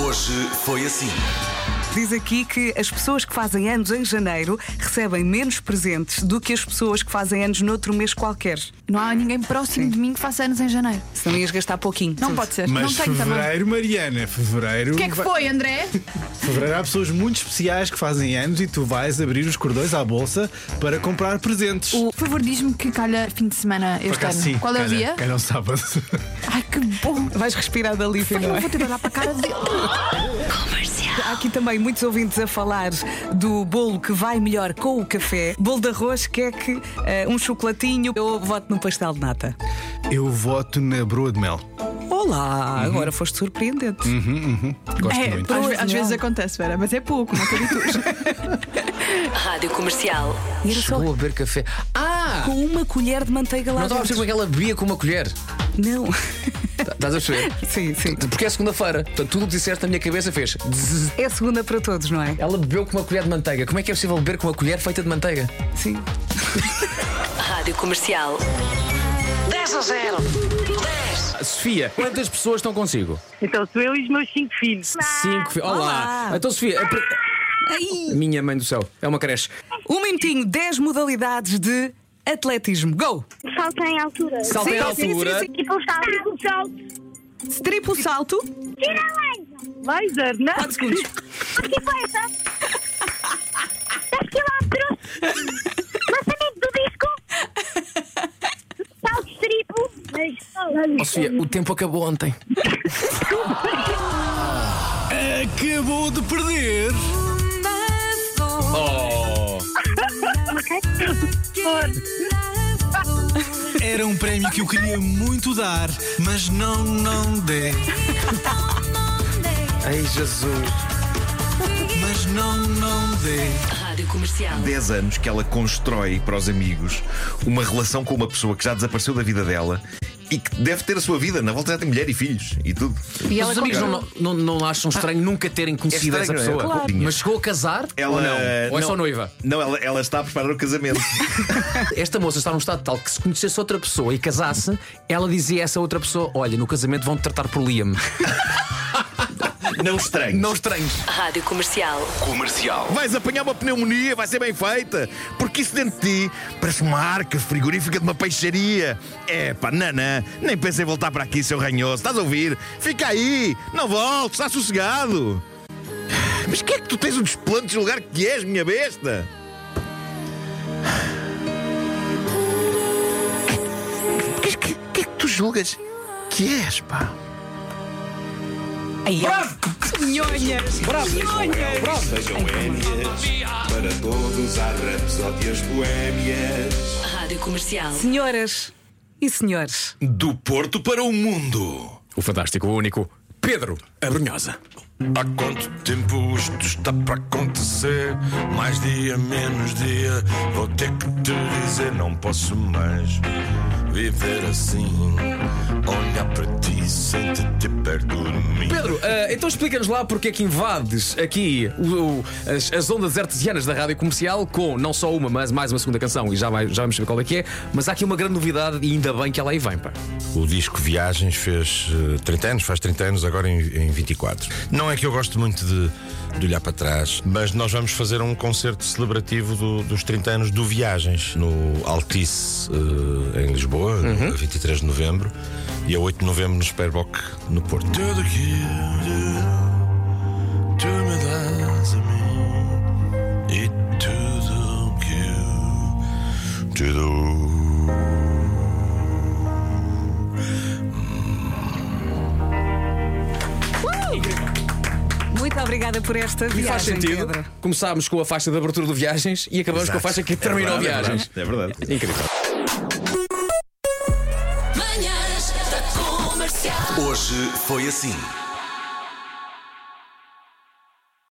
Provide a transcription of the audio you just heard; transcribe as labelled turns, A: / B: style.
A: Hoje foi assim.
B: Diz aqui que as pessoas que fazem anos em janeiro recebem menos presentes do que as pessoas que fazem anos noutro mês qualquer.
C: Não há ninguém próximo de mim que faça anos em janeiro.
B: Senão ias gastar pouquinho.
C: Não pode ser.
D: Mas
C: não tenho também.
D: fevereiro, Mariana, fevereiro.
C: O que é que foi, André?
D: Fevereiro há pessoas muito especiais que fazem anos e tu vais abrir os cordões à bolsa para comprar presentes.
C: O por favor diz-me que calha fim de semana este
D: Por
C: ano.
D: acaso, sim,
C: Qual é o
D: calha-
C: dia?
D: Calha um sábado.
C: Ai, que bom.
B: Vais respirar de alívio,
C: Ai,
B: não
C: eu
B: é?
C: vou ter de olhar para a cara dele.
B: Há aqui também muitos ouvintes a falar do bolo que vai melhor com o café, bolo de arroz, queque, eh, um chocolatinho. Eu voto no pastel de nata.
D: Eu voto na broa de mel.
B: Olá,
E: Uhum.
B: agora foste surpreendente.
E: Hum.
D: Gosto
C: É,
D: muito.
C: às,
B: Pois
C: ve- às
B: não.
C: vezes acontece, Vera, mas é pouco, não acredito.
F: Rádio Comercial.
B: E era só
E: Chegou a beber café. Ah!
B: com uma colher de manteiga
E: Não
B: lá
E: estava a
B: dentro.
E: perceber como é que ela bebia com uma colher.
B: Não.
E: Tá- Estás a perceber?
B: sim, sim.
E: Porque é segunda-feira. Portanto, tudo o que disseste na minha cabeça fez. Zzz.
B: É segunda para todos, não é?
E: Ela bebeu com uma colher de manteiga. Como é que é possível beber com uma colher feita de manteiga?
B: Sim.
F: Rádio Comercial. 10 a 0. 10.
E: Ah, Sofia, quantas pessoas estão consigo?
G: Então sou eu e os meus cinco filhos.
E: Cinco. fi- Olá.
B: Olá.
E: Então, Sofia, a pre-
B: Ai.
E: minha mãe do céu, é uma creche.
B: Um minutinho, 10 modalidades de atletismo. Go!
H: Salto em altura.
E: Salta em
B: Sim, sim,
E: altura.
B: sim,
H: Tipo um salto. Salto.
B: Triplo salto.
H: Tira laser.
G: Laser, não?
B: 4 segundos.
H: Bicicleta. 10 quilómetros. Lançamento do disco. Salto triplo.
E: Oh, Sofia, o tempo acabou ontem.
D: Acabou de perder.
E: Oh!
D: Era um prémio que eu queria muito dar, mas não, não dei.
E: Ai, Jesus.
D: Mas não, não dei.
F: Rádio Comercial.
I: 10 anos que ela constrói para os amigos uma relação com uma pessoa que já desapareceu da vida dela e que deve ter a sua vida. Na volta já tem mulher e filhos e tudo.
E: E os amigos não, não, não acham Ah. estranho nunca terem conhecido
I: É
E: essa
I: estranho,
E: pessoa?
I: é claro.
E: Mas chegou a casar ou não? Ou é só noiva?
I: Não, ela, ela está a preparar o casamento.
E: Esta moça está num estado tal que se conhecesse outra pessoa e casasse, ela dizia a essa outra pessoa: Olha, no casamento vão te tratar por Liam.
I: não estranho.
E: não estranhos.
F: Rádio Comercial.
A: Comercial.
I: Vais apanhar uma pneumonia, vai ser bem feita. Porque isso dentro de ti parece uma arca frigorífica de uma peixaria. É pá, nanã, nem pensei em voltar para aqui, seu ranhoso. Estás a ouvir? Fica aí, não voltes, está sossegado. Mas que é que tu tens o desplante de julgar que és, minha besta? Que, que, que é que tu julgas que és, pá?
B: Aí,
C: Nhonhas.
A: Sejam énias para todos, há rapsódias boémias.
F: Rádio Comercial.
B: senhoras e senhores.
A: Do Porto para o Mundo.
E: O fantástico, o único, Pedro Abrunhosa.
A: Há quanto tempo isto está para acontecer? Mais dia, menos dia, vou ter que te dizer: não posso mais viver assim. Olhar para ti sem te ter perto de mim.
E: Pedro, ah, então explica-nos lá porque é que invades aqui o- o- as, as ondas artesianas da rádio comercial com não só uma, mas mais uma segunda canção e já, vai- já vamos saber qual é que é. Mas há aqui uma grande novidade e ainda bem que ela aí vem, pá.
J: O disco Viagens fez eh, 30 anos, faz 30 anos, agora em, em 24. Não é que eu gosto muito de, de olhar para trás, mas nós vamos fazer um concerto celebrativo do- dos 30 anos do Viagens no Altice, eh, em Lisboa, a 23 de novembro, e a 8 de novembro no Superboc, no Porto.
A: Tudo aquilo tu me dás a mim e tudo o que eu te dou.
B: Muito obrigada por esta
E: E
B: viagem,
E: faz sentido.
B: Pedro.
E: Começámos com a faixa de abertura do Viagens e acabamos com a faixa que terminou
I: É verdade,
E: Viagens.
I: É verdade. É verdade.
E: Incrível.
F: Manhãs da Comercial.
A: Hoje foi assim.